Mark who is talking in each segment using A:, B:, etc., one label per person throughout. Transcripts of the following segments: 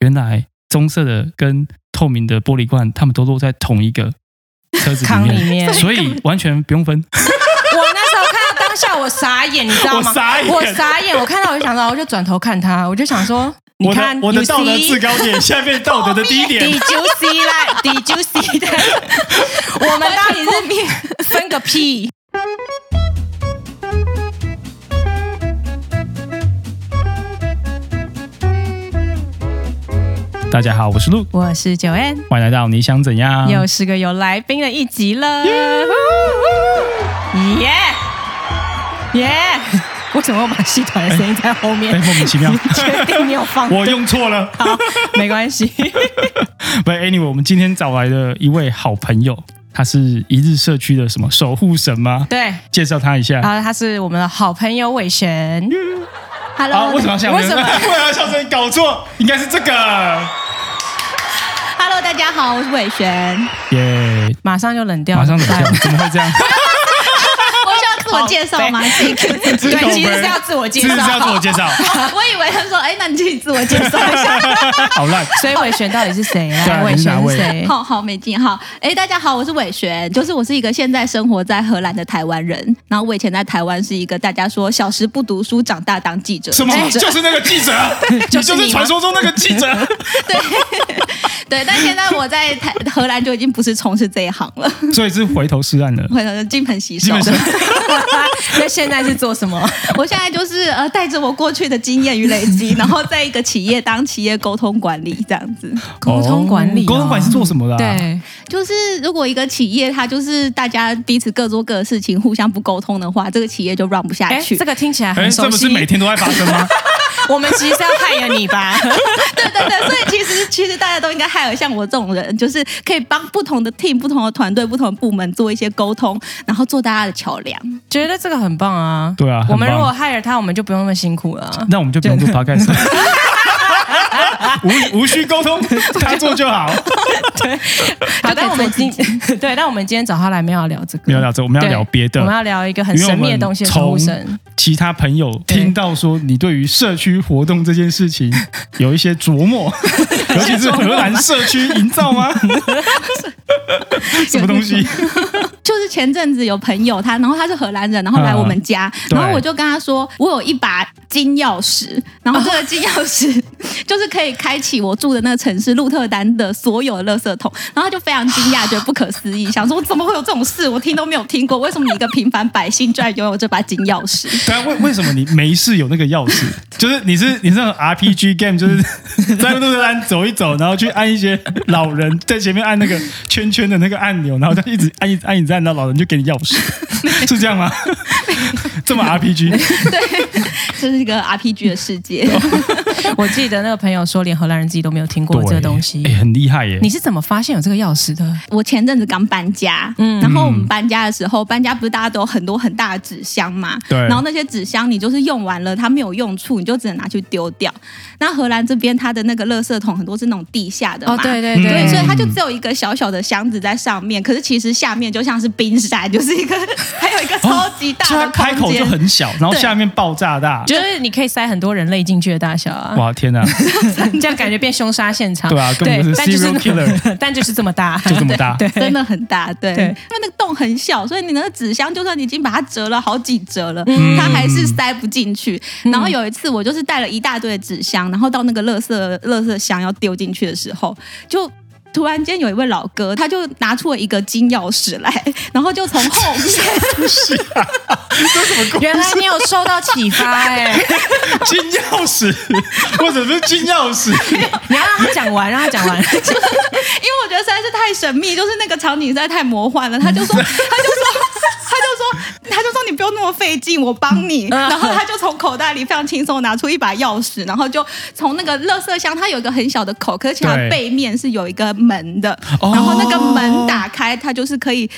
A: 原来棕色的跟透明的玻璃罐，它们都落在同一个车 子
B: 扛
A: 里
B: 里
A: 面，
B: 面。
A: 所以完全不用分。
B: 我那时候看到当下我傻眼，你知道吗？
A: 我傻眼
B: 我傻眼，我看到我就想到，我就转头看他，我就想说， 你
C: 我的
B: 看
C: 我的道德制
B: 高。
C: 高点下面道德的低点
B: 第，九 C 啦，第九 C 的，我们到底是分个屁？
A: 大家好，我是陆，
B: 我是九 N，
A: 欢迎来到你想怎样？
B: 又是个有来宾的一集了，耶耶！为什么我把戏团的声音在后 面
A: 哎，？莫名其 妙，
B: 确定你有放？
A: 我用错 了。
B: 好，没关系。
A: 不，anyway，我们今天找来的一位好朋友，他是一日社区的什么守护神吗？
B: 对，
A: 介绍他一下。
B: 然后他是我们的好朋友伟璇。
A: 啊
B: Hello，，
A: 为什么要笑？
B: 为什么
C: 为啥笑声搞错？应该是这个。
B: ？Hello，大家好，我是伟璇。
A: 耶，
B: 马上就冷掉了，
A: 马上冷掉，怎么会这 样？
D: 我需要自我介绍吗？自己 Q 自己。
B: 对，其实是要自我介
C: 是不
B: 绍，
C: 是要自我介 绍？
D: 我以为他说，哎，那你自己自我介绍一下。
A: 好烂。
B: 所以伟璇到底是谁
A: 对啊
B: 啊？伟璇是谁？
D: 好 好，没劲好。哎，大家好，我是伟璇，就是我是一个现在生活在荷兰的台湾人。然后我以前在台湾是一个大家说小时不读书，长大当记者。哎
C: 什么？就是那个记者，啊你就
B: 哎 就是你吗
C: 是传说中那个记者。啊
D: 对，但现在我在台荷兰就已经不是从事这一行了，
A: 所以是回头是岸了。
D: 回头就金盆洗
A: 基
D: 手
A: 本
D: 的
A: 上。
B: 那现在是做什么？
D: 我现在就是呃，带着我过去的经验与累积，然后在一个企业当企业沟通管理这样子。
B: 沟通管理哦
A: 沟通管理是做什么的、啊？，
C: 哎
B: 对，
D: 就是如果一个企业它就是大家彼此各做各的事情，互相不沟通的话，这个企业就 run 不下
B: 哎，
D: 去。
B: 这个听起来
C: 哎，
B: 很
C: 这
B: 熟
C: 不
B: 悉
C: 是。每天都在发生吗？
B: 我们其实是要害了你 吧？
D: 对对对，所 以其实其实大家都应该还有像我这种人，就是可以帮不同的 team、不同的团队、不同的部门做一些沟通，然后做大家的桥梁。
B: 觉得这个很棒啊！
A: 对啊很棒
B: 我们如果害了他，我们就不用那么辛苦了。
A: 那我们就不用做 podcast 了。
C: 无无需沟通，他做就好。
B: 好，
D: 就可以
B: 但我们今 对，但我们今天找他来没有要聊这个，
A: 没有聊这，我们要
B: 对
A: 聊别的
B: 我。们要聊一个很神秘的东西——
A: 因为我
B: 抽
A: 们从
B: 神。
A: 其他朋友
B: 对
A: 听到说你对于社区活动这件事情 有一些琢 磨，尤其是荷兰社区营造吗？什么东西？
D: 就是前阵子有朋友他，然后他是荷兰人，然后来我们家，
A: 嗯
D: 然后
A: 对
D: 我就跟他说，我有一把金钥匙，然后这个金钥匙 就是可以开启我住的那个城市鹿特丹的所有的垃圾桶，然后他就非常惊讶，觉得不可思议，想说我怎么会有这种事？我听都没有听过，为什么你一个平凡百姓居然拥有这把金钥匙？
A: 对啊，为为什么你没事有那个钥匙？就是你是你是那种 RPG game，就是在路上走一走，然后去按一些老人在前面按那个圈圈的那个按钮，然后他一直按一直按一直按到老人就给你钥匙，是这样 吗？这么 RPG？
D: 这是一个 RPG 的世界。
B: 我记得那个朋友说，连荷兰人自己都没有听过这个东西
A: 对。哎很厉害耶！
B: 你是怎么发现有这个钥匙的？
D: 我前阵子刚搬家，
B: 嗯
D: 然后我们搬家的时候，搬家不是大家都有很多很大的纸箱嘛，
A: 对
D: 然后那些纸箱你就是用完了，它没有用处，你就只能拿去丢掉。那荷兰这边它的那个垃圾桶很多是那种地下的嘛，
B: 哦，对对
A: 嗯
D: 对，
B: 对，
D: 所以它就只有一个小小的箱子在上面，可是其实下面就像是冰山，就是一个 还有一个超级大
A: 所哦以它
D: 的
A: 开口
D: 空
A: 就
D: 间。
A: 很小，然后
D: 对
A: 下面爆炸大。
B: 就是你可以塞很多人类进去的大小啊，
A: 哇天哪，
B: 这样感觉变凶杀现场。
A: 对啊根本就是
B: 但就是
A: serial killer
B: 但就是这么大，
A: 就这么大
B: 对，
D: 真的很大，对，
B: 对
D: 因为那个洞很小，所以你那个纸箱就算你已经把它折了好几折了，它还是塞不进去。然后有一次我就是带了一大堆的纸箱，然后到那个垃圾垃圾箱要丢进去的时候，就。突然间有一位老哥，他就拿出了一个金钥匙来，然后就从后面，
B: 原来你有受到启发 哎、
C: 金钥匙， 或者是金钥 匙，
B: 你要让他讲完，让他讲完。
D: 因为我觉得实在是太神秘，就是那个场景实在太魔幻了。他 就说，他就说，他就说，他就说你不用那么费劲，我帮你。
A: 嗯
D: 然后他就从口袋里非常轻松拿出一把钥匙，然后就从那个垃圾箱，它有一个很小的口，可是它
A: 对
D: 背面是有一个门的，
A: 哦
D: 然后那个门打开，它就是可以。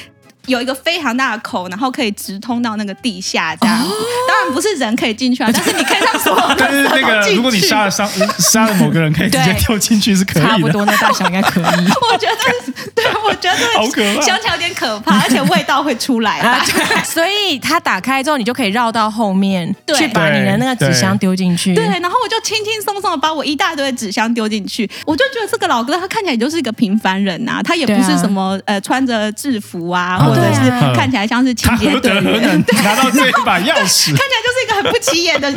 D: 有一个非常大的口，然后可以直通到那个地下这样
A: 哦
D: 子。当然不是人可以进去啊，但是你可以 让所有
A: 但是那
D: 人
A: 个，
D: 都进去
A: 如果你杀了伤杀了某个人，可以直接
B: 对
A: 跳进去是可
B: 差
A: 以
B: 不
A: 的。
B: 多那大小应该可以。
D: 我觉得，对，我觉得
A: 好可怕
D: 想起来有点可怕，而且味道会出来吧
B: 啊，。对所以它打开之后，你就可以绕到后面
D: 对
B: 去把你的那个纸箱丢进去。
D: 对，然后我就轻轻松松的把我一大堆的纸箱丢进去，我就觉得这个老哥他看起来就是一个平凡人呐、他也不
B: 对啊
D: 是什么、呃穿着制服啊，
A: 哦
D: 或者是
B: 对啊
D: 看起来像是清
A: 他
D: 洁
A: 何
D: 队
A: 德
D: 员，
A: 何
D: 对，
A: 能拿到这一把钥匙？
D: 看起来就是一个很不起 眼的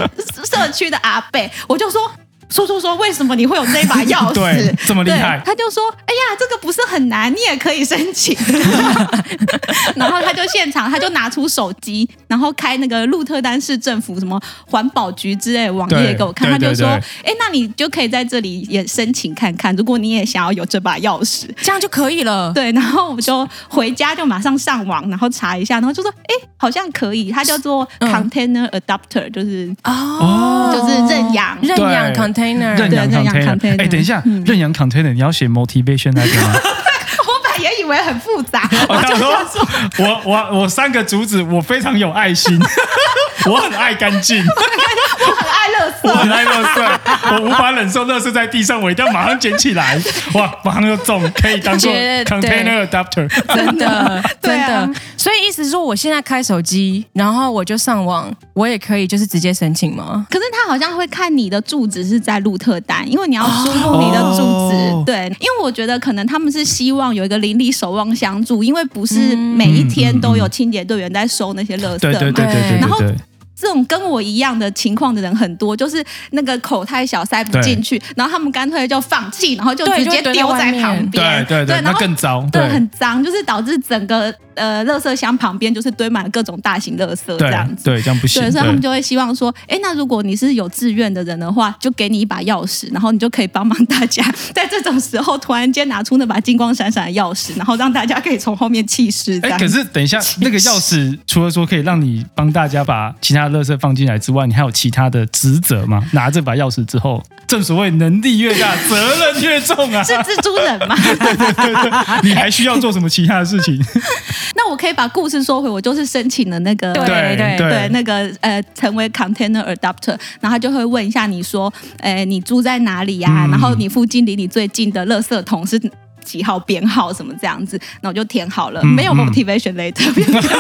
D: 社区的阿贝。我就说。说说说，为什么你会有这一把钥匙？
A: 对这么厉害
D: 对他就说：“哎呀，这个不是很难，你也可以申请。” 然后他就现场，他就拿出手机，然后开那个鹿特丹市政府什么环保局之类的网页
A: 对
D: 给我看，
A: 对
D: 他就说
A: 对：“
D: 哎，那你就可以在这里也申请看看，如果你也想要有这把钥匙。”
B: 这样就可以了。
D: 对，然后我就回家就马上上网，然后查一下，然后就说，哎，好像可以，它叫做
B: 嗯
D: container adapter，、就是
B: 哦，
D: 就是认养
B: 认养
A: 对
B: container，
A: 认养
D: 对认养
A: container，
D: container 嗯
A: 哎，等一下，认养 container 你要写 motivation 那个吗？
D: 我本来也以为很复 杂，
A: 我
D: 我就
A: 想说
D: 想说，，
A: 我我我三个竹子，我非常有爱心， 我很爱干净，
D: 我很爱乐
A: 我
D: 色。
A: 很爱垃圾，我无法忍受垃圾在地上，我一定要马上捡起来。哇，马上就中，可以当做
B: 觉得对
A: container adapter。
B: 真的，
D: 对
B: 真
D: 啊
B: 的。所以意思是说，我现在开手机，然后我就上网，我也可以就是直接申请吗？
D: 可是他好像会看你的住址是在鹿特丹，因为你要输入你的住址。
A: 哦
D: 对，因为我觉得可能他们是希望有一个邻里守望相助，因为不是每一天都有清洁队员在收那些垃圾嘛。
A: 对对对对对
D: 然后
A: 对对，
D: 这种跟我一样的情况的人很多，就是那个口太小塞不进去，然后他们干脆就放弃，然后就
B: 对
D: 直接
B: 就
D: 丢在旁边，
A: 对对对，
D: 然
A: 那
D: 后
A: 更糟，
D: 对很脏，就是导致整个呃垃圾箱旁边就是堆满了各种大型垃圾这
A: 对
D: 样子。
A: 对，这样不行。
D: 对，所以他们
A: 对
D: 就会希望说，哎，那如果你是有志愿的人的话，就给你一把钥匙，然后你就可以帮忙大家，在这种时候突然间拿出那把金光闪闪的钥匙，然后让大家可以从后面弃尸这
A: 哎，
D: 样
A: 可。是等一下，那个钥匙除了说可以让你帮大家把其他的垃圾放进来之外，你还有其他的职责吗？拿这把钥匙之后，正所谓能力越大，责任越重啊！
D: 是蜘蛛人吗？
A: 你还需要做什么其他的事情？
D: 那我可以把故事说回，我就是申请了那个
B: 对
A: 对
B: 对
D: 对，那个呃，成为 container adapter，然后他就会问一下你说，呃，你住在哪里呀、
A: 嗯
D: 然后你附近离你最近的垃圾桶是几号编号什么这样子，那我就填好了，
A: 嗯
D: 没有
A: 嗯
D: motivation later 变成。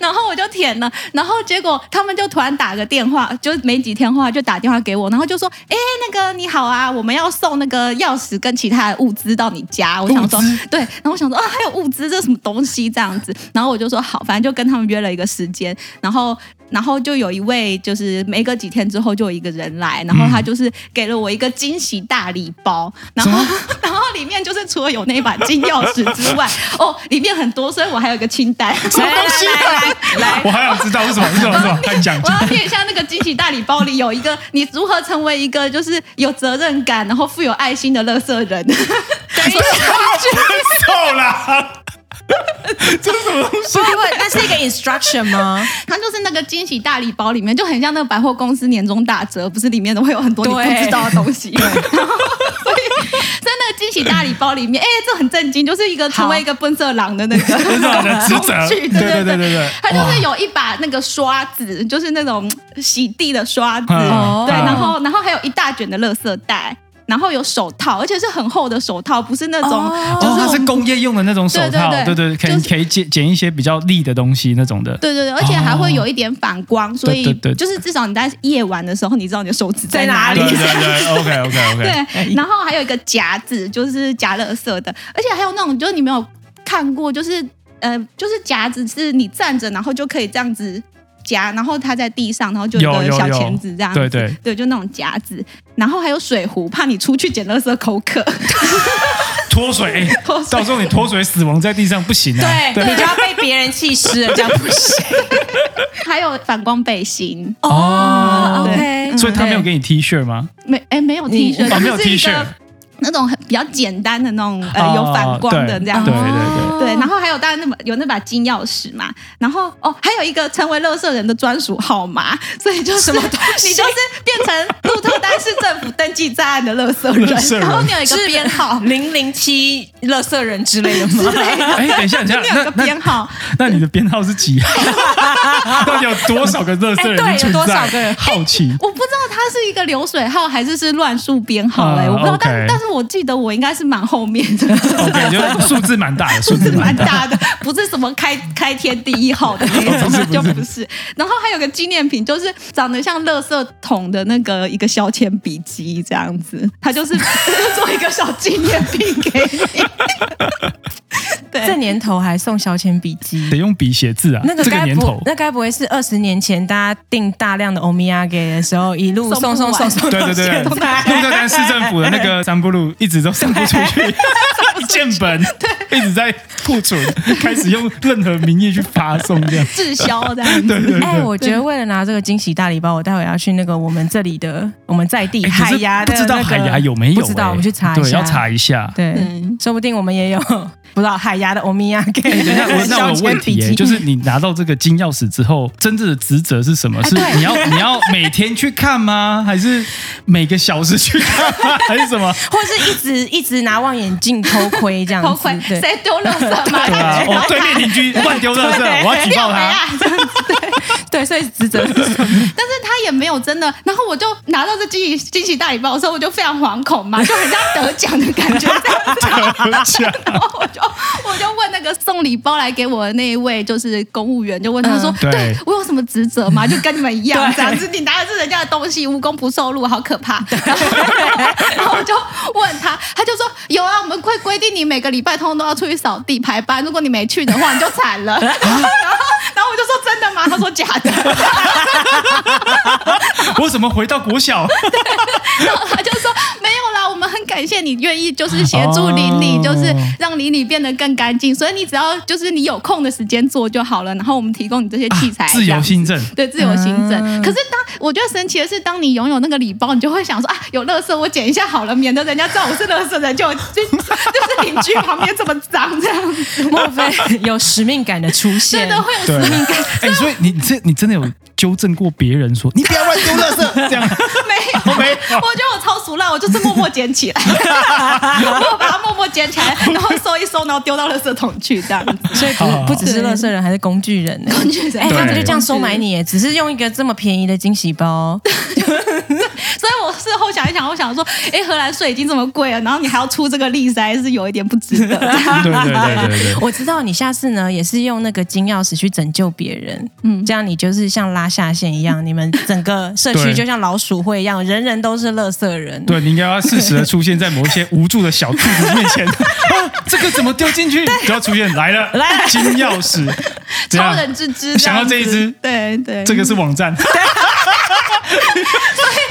D: 然后我就填了，然后结果他们就突然打个电话，就没几天后来就打电话给我，然后就说：“哎，那个你好啊，我们要送那个钥匙跟其他的物资到你家。”我想说
A: 物资，
D: 对，然后我想说啊，还有物资这是什么东西这样子，然后我就说好，反正就跟他们约了一个时间，然后。然后就有一位，就是没隔几天之后就有一个人来，然后他就是给了我一个惊喜大礼包，然后 然后里面就是除了有那一把金钥匙之外，哦，里面很多，所以我还有一个清单。
B: 来来来来，
A: 我好想知道为什么？为什么？为什 么？看讲
D: 我要念一下那个惊喜大礼包里有一个你如何成为一个就是有责任感，然后富有爱心的乐色人。
B: 等一下，
A: 够 啦！
B: 不不，那是一个 instruction 吗？
D: 它就是那个惊喜大礼包里面，就很像那个百货公司年终大折，不是里面都会有很多你
B: 对
D: 不知道的东西。然后 所以在那个惊喜大礼包里面，哎、这很震惊，就是一个成为一个笨色狼的那个
A: 笨色狼的职责
D: 工
A: 对
D: 具
A: 对
D: 对
A: 对对对
D: 对，它就是有一把那个刷子，就是那种洗地的刷子，
A: 嗯
D: 对，
A: 嗯
D: 然后然后还有一大卷的垃圾袋。然后有手套，而且是很厚的手套，不是那种、
B: 哦
D: 就是
A: 哦，它
D: 我
A: 是
D: 们
A: 工业用的那种手套，对
D: 对对
A: 对，
D: 对
A: 可
D: 就
A: 以
D: 是
A: 可以捡捡一些比较利的东西那种的。
D: 对对对，而且还会有一点反光，所以
A: 哦对对对
D: 就是至少你在夜晚的时候，你知道你的手指在哪里。
A: 对对，OK OK OK。
D: 对，然后还有一个夹子，就是夹垃圾的，而且还有那种，就是你没有看过，就是呃，就是夹子是你站着，然后就可以这样子夹，然后它在地上，然后就
A: 有
D: 一个
A: 有
D: 小
A: 有
D: 钳子这样子
A: 对对
D: 对，就那种夹子，然后还有水壶，怕你出去捡垃圾口渴。
A: 脱水，哎
D: 脱水
A: 到时候你脱水死亡在地上不行啊。
B: 对，你就要被别人气湿了，这样不 行。
D: 还有反光背心，
A: 哦
B: ，OK，
A: 所以他没有
B: 对
A: 给你 T 恤吗？
D: 没哎没有 T 恤，
A: 哦，没有
D: 就是
A: T
D: 一个
A: 恤，
D: 那种很比较简单的那种呃
A: 哦
D: 有反光的
A: 对
D: 这样子哦
A: 对。对对，
D: 对，然后还有当然那把有那把金钥匙嘛，然后哦，还有一个成为乐色人的专属号码，所以就是你就是变成路透丹市政府登记在案的乐色人，
A: 垃圾人
D: 然后你有一个
B: 是
D: 编号
B: 零零七乐色人之类的吗？
A: 哎，等一下，等一
D: 你
A: 下，
D: 有一
A: 那
D: 个
A: 那
D: 编号，
A: 那你的编号是几 号？到底有多少个乐色人
B: 哎
A: 已经
B: 对有
A: 存
B: 多
A: 在？
B: 少个 人
A: 好奇。
D: 我不知道它是一个流水号还是是乱数编号哎、
A: 啊
D: 我不知道，
A: OK
D: 但但是我记得我应该是蛮后面的，
A: OK，就哦数字蛮大的，数
D: 是
A: 字
D: 蛮
A: 蛮大。
D: 大的， 不是什么开开天第一号的那 种，就不是。然后还有个纪念品，就是长得像垃圾桶的那个一个削铅笔机这样子，它就是 做一个小纪念品给 你。
B: 这
D: 对，
B: 年头还送削铅笔 机，
A: 得用笔写字啊！
B: 那个
A: 这个
B: 该
A: 年
B: 不
A: 头，
B: 那该不会是二十年前大家订大量的欧米亚给的时候，一路送
D: 送
B: 送
D: 不
B: 送
D: 完
B: 送
A: 对
B: 到
A: 对对对，
B: 现
A: 鹿
B: 在？
A: 特丹市政府的那 个三步路一直都送不出去，一件本一直在库存，开始用任何名义去发送这样。
D: 滞销这样
A: 对
D: 子。
A: 对
B: 哎、
A: 对。
B: 我觉得为了拿这个惊喜大礼包，我待会要去那个我们这里的我们在地
A: 哎可
B: 海
A: 是
B: 牙的、
A: 不
B: 那
A: 知道
B: 个
A: 海牙有没有？
B: 不知道，
A: 哎
B: 我们去查一下。
A: 对，要查一下。
B: 对，
D: 嗯
B: 说不定我们也有不知道海牙的欧米 亚给。
A: 哎，等一下，我那 我有问题耶，就是你拿到这个金钥匙之后，真正的职责是什么？是
B: 哎对
A: 你要你要每天去看吗？还是每个小时去看吗？ 还是什么？
B: 或是一直一直拿望远镜偷窥这样子，
D: 偷窥
B: 对，
D: 谁丢垃圾嘛？
A: 对 啊，
D: 他
A: 哦，对面邻居乱丢垃圾，
B: 对
A: 我要举报
D: 没
A: 他。
D: 啊，这样子对。
B: 对，所以职 责是什么
D: 但是他也没有真的。然后我就拿到这惊喜惊喜大礼包的时候，我就非常惶恐嘛，就很像得奖的感觉这样 子。然后我就我就问那个送礼包来给我的那一位就是公务员，就问他说：“
A: 嗯
D: 对
A: 对
D: 我有什么职责吗？就跟你们一样
B: 对
D: 这样子，你拿的是人家的东西，无功不受禄，好可怕。”然后然后我就问他，他就说：“有啊，我们会规定你每个礼拜通通都要出去扫地排班，如果你没去的话，你就惨了。”然后然后我就说：“真的吗？”他说：“假的。”
A: 我怎么回到国小？啊
D: 然后 他就说没有啦，我们很感谢你愿意就是协助邻里，
A: 哦
D: 就是让邻里变得更干净，所以你只要就是你有空的时间做就好了，然后我们提供你这些器材、
A: 啊自由。新政。嗯
D: 对自由行政，可是当我觉得神奇的是，当你拥有那个礼包，你就会想说啊，有垃圾我捡一下好了，免得人家知道我是垃圾人，就就就是邻居旁边这么脏这样子，
B: 莫非有使命感的出
D: 真
B: 现？
D: 的会有
A: 对， 哎、所以你这你真的有纠正过别人说你不要乱丢垃圾这样？
D: 没有，
A: 没有
D: 我觉得我超俗辣，我就是默默捡起来，我把它默默捡起来，然后收一收，然后丢到垃圾桶去，这样子。
B: 所以
A: 哦
B: 不不只是乐色人，还是工具人呢、
D: 工具人
B: 哎、
A: 对
B: 他们就这样收买你耶，只是用一个这么便宜的惊喜包，
D: 所以我事后想一想，我想说，哎，荷兰税已经这么贵了，然后你还要出这个例子，还是有一点不值得。
A: 对对对对 对。
B: 我知道你下次呢也是用那个金钥匙去拯救别人，嗯，这样你就是像拉下线一样，你们整个社区
A: 对
B: 就像老鼠会一样，人人都是乐色人。
A: 对，你应该要适时的出现在某一些无助的小兔子面前。 啊，这个怎么丢进去？不要出现，来了，
B: 来了
A: 金钥匙，这
D: 超
A: 样
D: 人之之，
A: 想要这一只
D: 对对，
A: 这个是网站，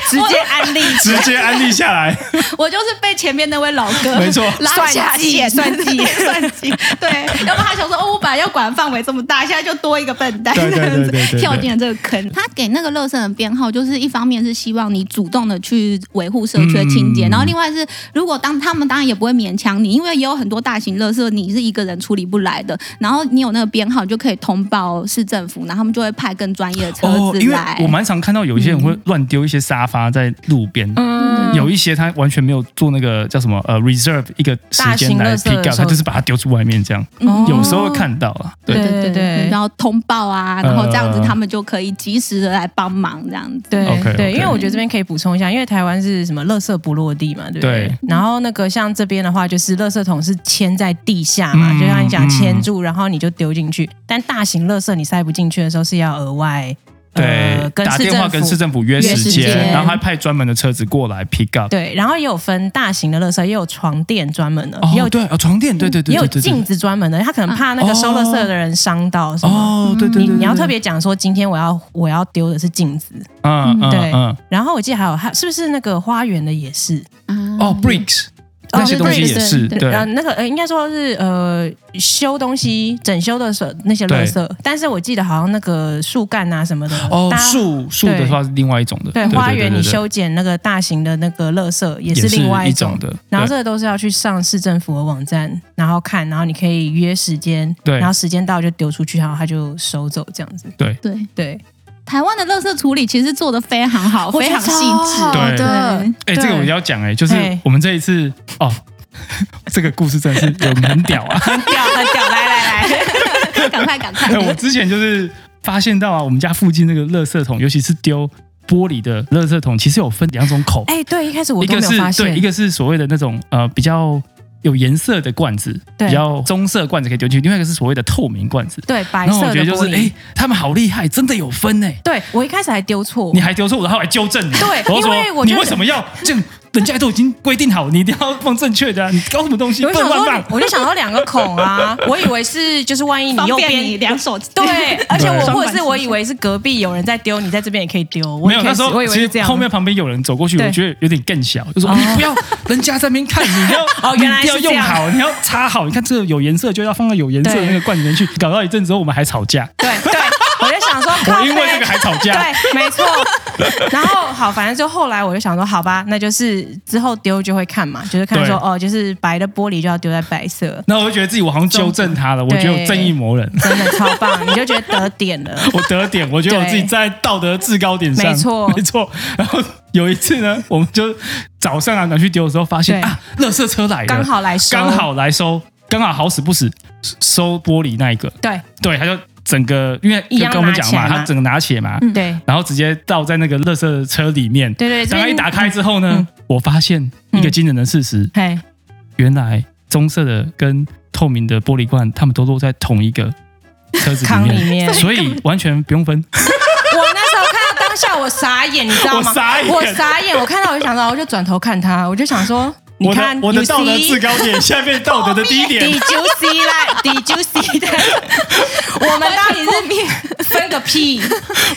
B: 直接安利。
A: 直接安利下来。
D: 我就是被前面那位老哥
A: 没错
D: 拉下线
B: 算计
D: 算计，对，要不然他想说哦，我本来要管范围这么大，现在就多一个笨蛋，
A: 对对对对对
D: 这样 子
A: 对
D: 跳进了这个坑。他给那个乐色的编号，就是一方面是希望你主动的去维护社区的清洁，
A: 嗯
D: 然后另外是如果当他们当然也不会勉强你，因为也有很多大型乐色你是一个人处理不来的，然后你有那个编号，你就可以通报市政府，然后他们就会派更专业 的车
A: 哦，
D: 子
A: 因为
D: 来。嗯
A: 我蛮常看到有一些人会乱丢一些沙发在路边，
B: 嗯，
A: 有一些他完全没有做那个叫什么呃 reserve 一个时
B: 大型
A: 间来
B: 垃圾的
A: pick up，
B: 时
A: 他
B: 候
A: 就是把它丢出外面这样。
D: 嗯
B: 哦
A: 有时候会看到啊，对
B: 对
D: 对
B: 对
D: 然后通报啊，然后这样子
A: 呃
D: 他们就可以及时的来帮忙，这样子。
B: 对
A: OK，OK
B: 对，因为我觉得这边可以补充一下，因为台湾是什么垃圾不落地嘛，对不对？
A: 对
B: 然后那个像这边的话，就是垃圾桶是嵌在地下嘛，就像你讲
A: 嗯
B: 嵌住，然后你就丢进去。但大型垃圾你塞不进去的时候，是要额外
A: 对
B: 呃，跟
A: 打
B: 市
A: 电话跟
B: 政
A: 市
B: 府。
A: 政府约
D: 约时
A: 时间，
D: 间
A: 然后还派专门的车子过来 pick up。
B: 对，然后也有分大型的垃圾，也有床垫专门的，也有
A: 哦，对，哦，床垫，对对对，
B: 也有
A: 对对对
B: 镜子专门的。他可能怕那个收垃圾的人伤到什么，
A: 哦，对对
B: 你
A: 对，
B: 你要
A: 对
B: 特，别讲说，今天我要我要丢的是镜子。
A: 嗯嗯
B: 对
A: 嗯，
B: 然后我记得还有，还是不是那个花园的也是？
D: 啊
B: 嗯
A: 哦，bricks，那些东西
B: 对
A: 也是
B: 对
A: 对
B: 然后那个呃，应该说是呃修东西、整修的时候那些垃圾，但是我记得好像那个树干啊什么的，
A: 哦
B: 大，家
A: 树树的
B: 对
A: 话是另外一种的，
B: 对
A: 对
B: 花园
A: 对对
B: 你
A: 对
B: 修剪那个大型的那个垃圾也
A: 也
B: 是
A: 是
B: 另外
A: 一
B: 种
A: 种的
B: 然后
A: 对
B: 这个都是要去上市政府的网站，然后看，然后你可以约时间，
A: 对
B: 然后时间到就丢出去，然后他就收走这样子。
D: 对，
B: 对，
D: 台湾的垃圾处理其实做的非常好，非常细致。
A: 对
B: 的，
A: 哎、这个我
B: 对
A: 要讲哎、就是
B: 哎
A: 我们这一次哦， 这个故事真的是有 很屌啊！
B: 很屌很屌，来来来，
D: 赶快赶快
A: 哎， 我之前就是发现到啊，我们家附近那个垃圾桶，尤其是丢玻璃的垃圾桶，其实有分两种口，
B: 哎，对，一开始我
A: 一
B: 都
A: 个
B: 没有发
A: 是对，一
B: 现，
A: 个是所谓的那种呃比较有颜色的罐子，
B: 对
A: 比较棕色罐子可以丢进去，另外一个是所谓的透明罐子。
B: 对，白
A: 然后
B: 色
A: 我
B: 的
A: 觉得就
B: 玻
A: 是哎、
B: 璃，
A: 他们好厉害，真的有分哎、
B: 对我一开始还丢错
A: 你，还丢错，我然后来纠正你。
B: 对
A: 我就说
B: 因为我
A: 你
B: 觉得
A: 为什么要这样？人家都已经规定好，你一定要放正确的、啊，你搞什么东西？
B: 我
A: 笨
B: 就想
A: 乱
B: 说
A: 放，。
B: 我就想到两个孔 啊，我以为是就是万一你
D: 方
B: 右
D: 便
B: 边
D: 你两手
B: 对，而且我
A: 对
B: 或者是我以为是隔壁有人在丢，你在这边也可以丢。我
A: 没
B: 一
A: 有，
B: 开
A: 那时
B: 始
A: 候
B: 我以为
A: 其
B: 是这
A: 实
B: 样。
A: 后面旁边有人走过去，
B: 对
A: 我觉得有点更小，就说
B: 哦
A: 你不要，人家在那边看，你要
B: 哦原来
A: 你一定要
B: 是这
A: 用
B: 样
A: 好，你要擦好，你看这个有颜色就要放到有颜色的那个罐子里面去。搞到一阵子后，我们还吵架，
B: 对对，我就想说，
A: 我
B: 靠
A: 因为这个还吵架。
B: 对，没错。然后好，反正就后来我就想说，好吧，那就是之后丢就会看嘛，就是看说
A: 对
B: 哦，就是白的玻璃就要丢在白色，
A: 那我就觉得自己我好像纠正他了，我觉得我正义魔人，
B: 真的超棒，你就觉得得点 了。
A: 我得点，我觉得我
B: 对
A: 自己在道德制高点上，
B: 没错
A: 没错。然后有一次呢，我们就早上啊拿去丢的时候，发现
B: 对
A: 啊，垃圾车来了，
B: 刚好来收，
A: 刚好来收，刚好好死不死收玻璃那一个，
B: 对
A: 对，他就整个因为
B: 一
A: 就
B: 样
A: 跟我们讲嘛，
B: 拿起来嘛
A: 他整个拿起来嘛，
B: 对嗯对
A: 然后直接倒在那个垃圾车里面。
B: 对，这
A: 然后嗯
B: 边
A: 一打开，之后呢，
B: 嗯
A: 我发现一个惊人的事实，
B: 嘿，
A: 原来棕色的跟透明的玻璃罐，它们都落在同一个车 子
B: 康
A: 里
B: 里
A: 面，
B: 面，
A: 所以完全不用分。
B: 我那时候看到当下我傻眼， 你知道吗？
A: 我傻眼
B: 我傻眼我看到我就想到，我就转头看他，我就想说，你
A: 我的
B: 看
A: 我的
B: you
A: 道德
B: see？
A: 制高点， 下面道德的低
B: D
A: 点。
B: 九 C 啦，D 九 C 的，我们到底是分个 屁？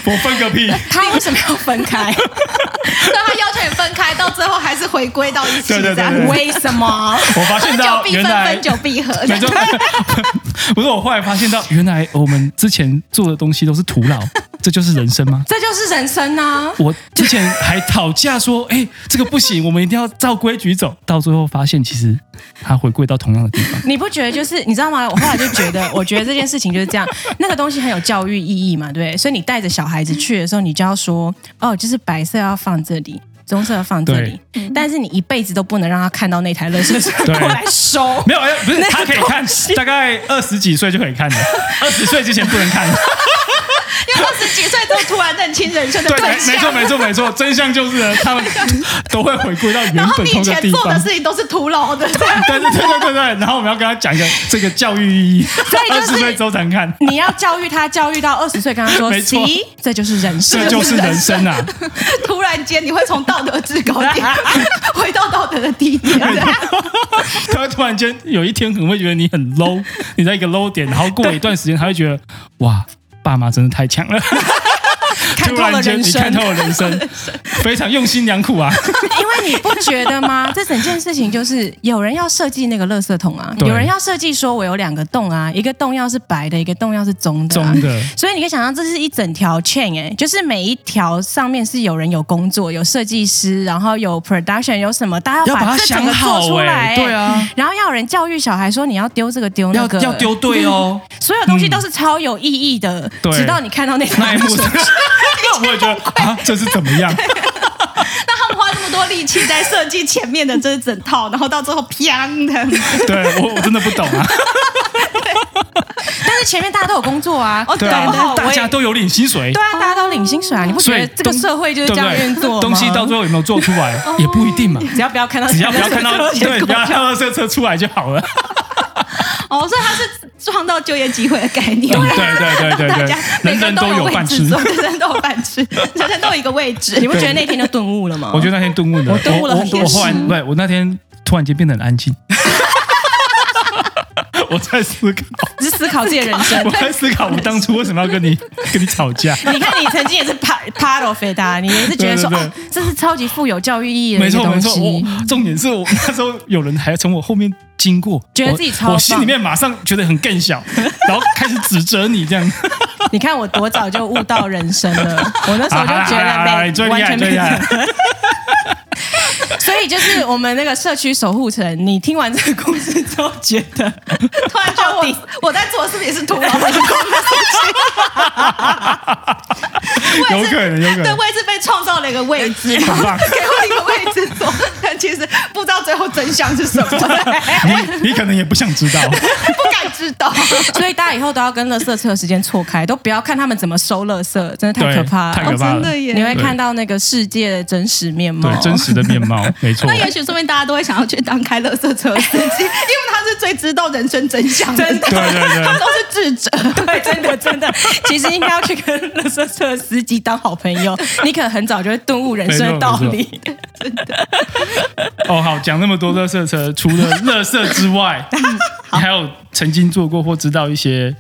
A: 我分个屁！
B: 他为什么要分开？
D: 所以他要求你分开，到最后还是回归到一起，
A: 对对对
D: 这样
A: 对
B: 为什 么？
A: 我发现
D: 分久
A: 到
D: 必
A: 原
D: 分，
A: 来
D: 分久必合。
A: 没错， 不是我后来发现到，原来我们之前做的东西都是徒劳，这就是人生吗？
B: 这就是人生啊！
A: 我之前还讨价说，哎、这个不行，我们一定要照规矩走。到最后发现，其实它回归到同样的地 方。
B: 你不觉得就是你知道吗？我后来就觉得，我 觉得这件事情就是这样，那个东西很有教育意义嘛，对不对？所以你带着小孩子去的时候，你就要说，哦，就是白色要放这里，棕色要放这里，但是你一辈子都不能让他看到那台垃圾车
A: 对
B: 过来收。
A: 没有，哎不是
B: 那个
A: 他可以看， 大概二十几岁就可以看的，二十岁之前不能看。
D: 因为二十几岁都突然认清人生的
A: 对，没
D: 真
A: 没错，
D: 相。
A: 没错，没错，真相就是呢，他们都会回归到原
D: 然后
A: 本
D: 你
A: 同
D: 以
A: 一个
D: 前
A: 地
D: 做的
A: 方。
D: 事情都是徒劳 的，
A: 对对对对对对，然后我们要跟他讲一个这个教育意义，
B: 以就
A: 二
B: 是
A: 十岁之后才能看，
B: 你要教育他，教育到二十岁，跟他说
A: 没错
B: ，“See，这就是人生。
A: 这就是人生啊！
D: 突然间你会从道德制高点回到道德的低 点。
A: 他会突然间有一天可能会觉得你很 low，你在一个 low 点，然后过了一段时间，他会觉得哇，爸妈真的太强了。
B: 看
A: 突
B: 透了
A: 然间，
B: 人
A: 你
B: 生
A: 看透了人生，非常用心良苦啊！
B: 因为你不觉得吗？这整件事情就是有人要设计那个垃圾桶啊，
A: 对
B: 有人要设计说我有两个洞啊，一个洞要是白的，一个洞要是棕的、啊。
A: 中的，
B: 所以你可以想象，这是一整条 chain 哎、就是每一条上面是有人有工作，有设计师，然后有 production，有什么，大家
A: 要把它
B: 这整
A: 想
B: 个做
A: 好
B: 出来、
A: 哎，对，啊，
B: 然后要有人教育小孩说你要丢这个丢那
A: 要
B: 个，
A: 要丢对哦。
B: 所有东西都是超有意义的，
A: 对
B: 直到你看到那
A: 那
B: 台
A: 一幕
B: 垃圾，
A: 我也觉得啊，这是怎么样？
D: 那他们花这么多力气在设计前面的这整套，然后到最后啪的，
A: 对我我真的不懂啊，
B: 但是前面大家都有工作啊，哦
A: 对
B: 搞
A: 啊
B: 不好，
A: 大
B: 我也
A: 家都有领薪水
B: 对，啊，大家都领薪水啊，你不觉
A: 所
B: 得
A: 以
B: 这个
A: 东
B: 社会就是
A: 对不
B: 这样运
A: 对？
B: 作吗？
A: 哦东西到最后有没有做出来也不一定嘛，
B: 只要不要看到，
A: 只要不要看到对，不要看到这车出来就好了。
D: 哦，所以它是创造就业机会的概念。
A: 对对对对
D: 啊大
A: 对
D: 家，每
A: 人
D: 个
A: 人
D: 人都
A: 有
D: 位
A: 饭
D: 置
A: 吃。
D: 坐，人人都有饭吃，人人都有一个位置。
B: 你不觉得那天就顿悟了吗？
A: 我觉得那天顿悟了，
B: 啊我顿悟了
A: 我
B: 很多
A: 我后来
B: 事
A: 对我那天突然间变得很安静。 我在思 考，
B: 只是思考自己的人生
A: 我。在思考我当初为什么要跟你 跟你吵架。
B: 你看，你曾经也是 part part of it 啊，你也是觉得说，
A: 对对对
B: 哦，这是超级富有教育意义的
A: 没
B: 一个
A: 错没
B: 东
A: 错，我
B: 西。
A: 重点是我那时候有人还从我后面经过，
B: 觉得
A: 我
B: 自己超
A: 我心里
B: 棒
A: 面马上觉得很更 小，然后开始指责你这样。
B: 你看我多早就悟到人生了， 我那时候就觉
A: 啊啊啊啊你
B: 得
A: 最
B: 没
A: 厉
B: 完
A: 害
B: 全没
A: 最厉害。
B: 所以就是我们那个社区守护城，你听完这个故事之后，觉得突然
D: 就
B: 到
D: 我
B: 底
D: 我在做的事情是徒劳无功的事情，我也是
A: 有可能有可能
D: 对，我也是被创造了一个位 置，然后
A: 棒
D: 给我一个位置坐，但其实不知道最后真相是什么，
A: 你你可能也不想知道，
D: 不敢知道。
B: 所以大家以后都要跟垃圾车的时间错开，都不要看他们怎么收垃圾，真的 太
A: 对，
B: 可怕
A: 太
B: 了。
A: 可怕
D: 哦真的
A: 了，
D: 耶
B: 你会看到那个世界的真实面貌
A: 对，真实的面貌，没错
D: 那。也许说明大家都会想要去当开乐色车司机，因为他是最知道人生真相的，
B: 真的
A: 对对对
D: 他们都是智者。
B: 对，真的真的， 其实应该要去跟垃圾车司机当好朋 友，你可能很早就会顿悟人生的道
A: 没
B: 理。
A: 哦，好，讲那么多乐色车， 除了乐色之 外，你还有曾经做过或知道一些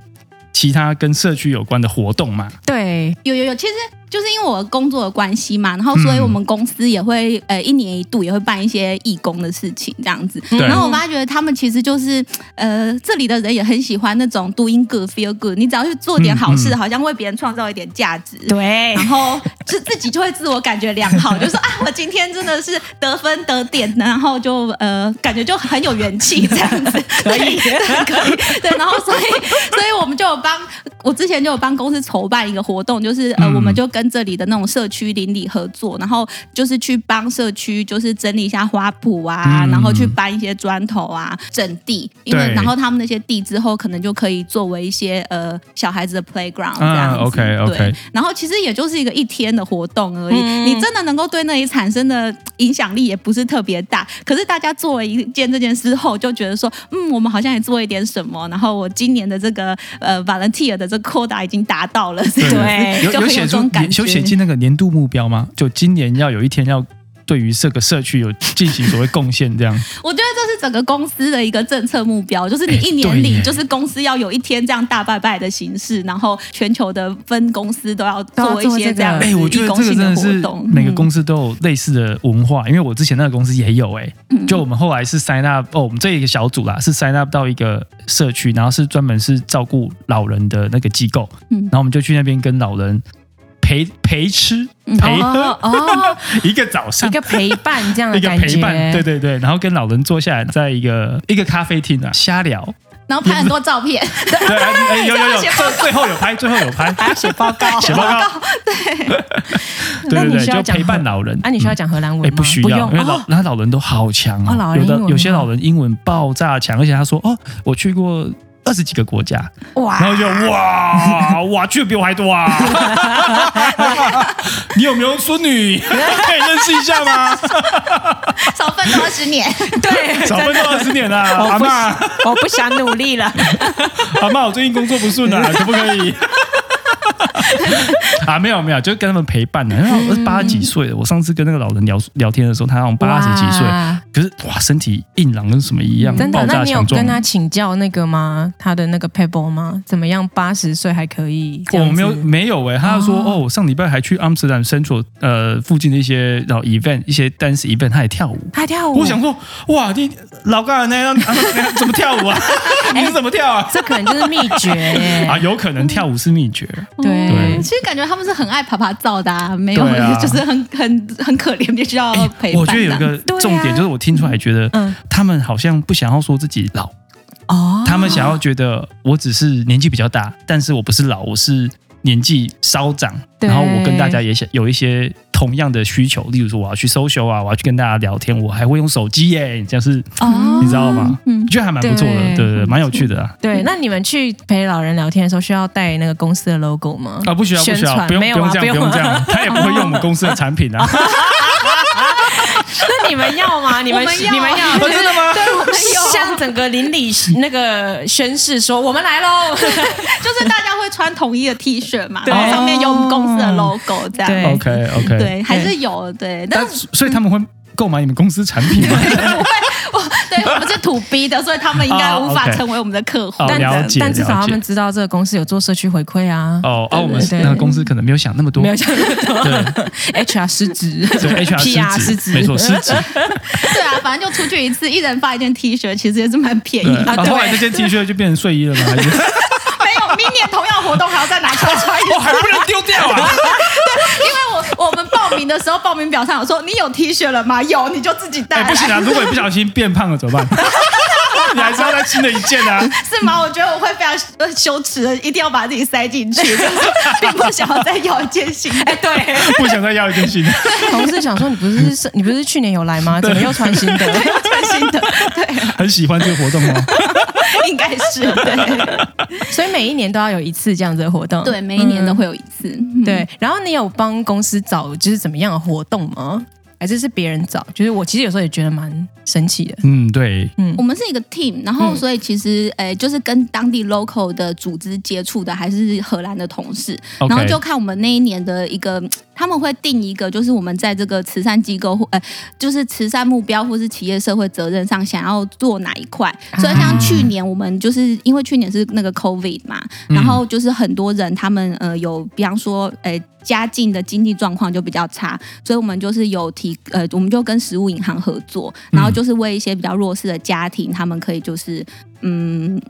A: 其他跟社区有关的活动 吗？
B: 对，
D: 有有有，其实就是因为我工作的关系嘛，然后
A: 嗯
D: 所以我们公司也会、呃一年一度也会办一些义工的事情这样子。
A: 对
D: 然后我发觉他们其实就是呃这里的人也很喜欢那种 doing good feel good，你只要去做点好事，
A: 嗯嗯
D: 好像为别人创造一点价值。
B: 对
D: 然后自自己就会自我感觉良好，就说啊，我今天真的是得分得点，然后就呃，感觉就很有元气这 样子，可以可以对，然后所以所以我们就有帮我之前就有帮公司筹办一个活动，就是呃，
A: 嗯
D: 我们就跟这里的那种社区邻里合作，然后就是去帮社区就是整理一下花圃啊，
A: 嗯
D: 然后去搬一些砖头啊，整地，因为
A: 对
D: 然后他们那些地之后可能就可以作为一些呃小孩子的 playground 这样
A: 啊
D: 子、
A: ，OK，OK
D: 对然后其实也就是一个一天的活动而已，
A: 嗯
D: 你真的能够对那里产生的影响力也不是特别大。可是大家做了一件这件事后，就觉得说，嗯，我们好像也做一点什么。然后我今年的这个呃 volunteer 的这个 quota 已经达到了，这样子
B: 对
A: 有有
D: 就很这
A: 写出
D: 种感觉。
A: 有写进那个年度目标吗？就今年要有一天要对于这个社区有进行所谓贡献，这样
D: 我觉得这是整个公司的一个政策目标，就是你一
A: 哎对
D: 年
A: 耶
D: 里，就是公司要有一天这样大拜拜的形式，然后全球的分公司都要做一些这样
B: 都
A: 哎、
D: 子
A: 我觉
D: 义
A: 得
D: 工
A: 这个
D: 性
A: 真
D: 的
A: 的
D: 活
A: 是
D: 动。嗯
A: 每个
B: 嗯
A: 公司都有类似的文化，因为我之前那个公司也有哎、
B: 嗯
A: 就我们后来是 sign up 哦，我们这一个小组啦是 sign up 到一个社区，然后是专门是照顾老人的那个机构，
D: 嗯
A: 然后我们就去那边跟老人陪陪吃
D: 嗯
A: 陪喝
B: 哦哦，
A: 一个早上
B: 一。个陪伴这样 的
A: 一个
B: 感觉，
A: 陪伴，对对对，然后跟老人坐下来，在一个一个咖啡厅啊，瞎聊，
D: 然后拍很多照片，
A: 对，哎 有有有，
D: 写
A: 最最后有拍，最后有拍，
B: 还要写报 告。
A: 写报告，对
B: 那
A: 对
B: 你
A: 对，
B: 需
A: 就
B: 要讲
A: 陪伴老人。
B: 啊，你需要讲荷兰文
A: 哎，
B: 吗？
A: 不需要，
B: 用
A: 因为老
B: 哦
A: 那老人都好强
B: 哦
A: 啊，
B: 老人
A: 有的
B: 英文
A: 有些
B: 吗
A: 老人英文爆炸强，而且他说哦，我去过二十几个国家，
B: 哇，
A: 然后就哇哇去的比我还多 啊！你有没有孙 女可以认识一下吗？
D: 少奋斗二十年。
B: 对，
A: 少奋斗二十年啊，阿
B: 我不
A: 妈
B: 想，我不想努力了。
A: 阿妈，我最近工作不顺 啊，可不可以？ 啊，没有没有，就跟他们陪伴的。啊然后八十几岁了，我上次跟那个老人聊聊天的时候，他好像 八十几岁，
B: 哇
A: 啊可是哇，身体硬朗跟什么一样，
B: 真的
A: 爆？
B: 那
A: 炸
B: 你有
A: 强
B: 跟
A: 壮。
B: 他请教那个吗？他的那个 paper 吗？怎么样？八十岁还可以？这样
A: 我
B: 子
A: 没有没有哎、他就说哦，我上礼拜还去阿姆斯特丹 Central 呃附近的一些然后 event 一些 dance event，他也跳舞。
B: 他跳舞。
A: 我想说，哇，你老干那样、啊、怎么跳 舞啊？你是怎么跳啊？
B: 这可能就是秘 诀欸、
A: 啊，有可能跳舞是秘诀。
B: 对
A: 对
D: 其实感觉他们是很爱爬爬照的、啊，没有，
A: 对啊
D: 就是很很很可怜，必须要
B: 哦
D: 陪伴、
A: 我觉得有一个
B: 对啊
A: 重点就是，我听出来觉得，
B: 嗯
A: 他们好像不想要说自己老，
B: 哦，
A: 他们想要觉得我只是年纪比较大，但是我不是老，我是年纪稍长，
B: 对
A: 然后我跟大家也想有一些同样的需求，例如说我要去 social 啊，我要去跟大家聊天，我还会用手机耶，这样是、
B: 哦
A: 你知道吗？
D: 嗯
A: 我觉得还蛮不错的，
B: 对
A: 对对对，蛮有趣的啊。
B: 对，那你们去陪老人聊天的时候，需要带那个公司的 logo 吗？
A: 啊，不需要，不
B: 宣
A: 需要，
B: 传
A: 不用，
B: 没有
A: 用
B: 啊
A: 这样，不
B: 不用
A: 用
B: 啊
A: 这样，他也不会用我们公司的产品啊。
B: 那你们要吗？你
D: 我
B: 们
D: 们要
B: 你们要？
D: 真的吗
B: 对，我
D: 们要
B: 向整个邻里那个宣誓说，我们来喽。
D: 就是大家会穿统一的 T 恤嘛，
B: 对
A: 哦
D: 然后上面有我们公司的 logo 这 样，
B: 对
A: OK OK，
D: 对，还是有对，但
A: 但
D: 是
A: 所以他们会购买你们公司产品吗？
D: 我对我们是土逼的，所以他 们应
A: 哦
D: 该无法
C: 啊，OK
D: 成为我们的客户
C: 哦。
B: 但
C: 了解
B: 但至少
C: 了解
B: 他们知道这个公司有做社区回馈啊，
C: 哦，啊，我们
B: 对
C: 那个公司可能没有想那么多，
B: 没有想那么多 HR 失职
C: 对
B: ，PR
C: HR
B: 失
C: 失职，
B: 职，
C: 没错，失职。
D: 对啊，反正就出去一次，一人发一件 T 恤，其实也是蛮便宜
C: 对
D: 的。
A: 啊，后来这件 T 恤就变成睡衣了吗？ 还是
D: 没有，明年同样活动还要再拿出来穿一次，
C: 我哦 还不能丢掉 啊！
D: 因为我我们报名的时候，报名表上有说你有 T 恤了吗？有，你就自己带
A: 哎，
D: 来。
A: 不行啊！如果你不小心变胖了怎么 办？你还是要再新的一件啊！
D: 是吗？我觉得我会非常呃羞耻的，一定要把自己塞 进去，就是并不想要再要一件新的。哎，对，
A: 不想再要一件新的。
B: 同事想说你不是是你不是去年有来吗？怎么又穿新的？
D: 穿新的，对，
A: 很喜欢这个活动哦。
D: 应该是对，
B: 所以每一年都要有一次这样子的活动。
D: 对，每一年都会有一次。嗯
B: 对。然后你有帮公司找就是怎么样的活动吗？还是是别人找？就是我其实有时候也觉得蛮神奇的。
C: 嗯，对，
D: 我们是一个 team，然后所以其实诶、呃就是跟当地 local 的组织接触的还是荷兰的同事
C: OK
D: 然后就看我们那一年的一个，他们会定一个，就是我们在这个慈善机构或呃，就是慈善目标或是企业社会责任上想要做哪一块。所以像去年我们就是因为去年是那个 COVID 嘛，然后就是很多人他们呃有，比方说诶。呃家境的经济状况就比较差，所以我们就是有提呃，我们就跟食物银行合作，然后就是为一些比较弱势的家庭，他们可以就是嗯。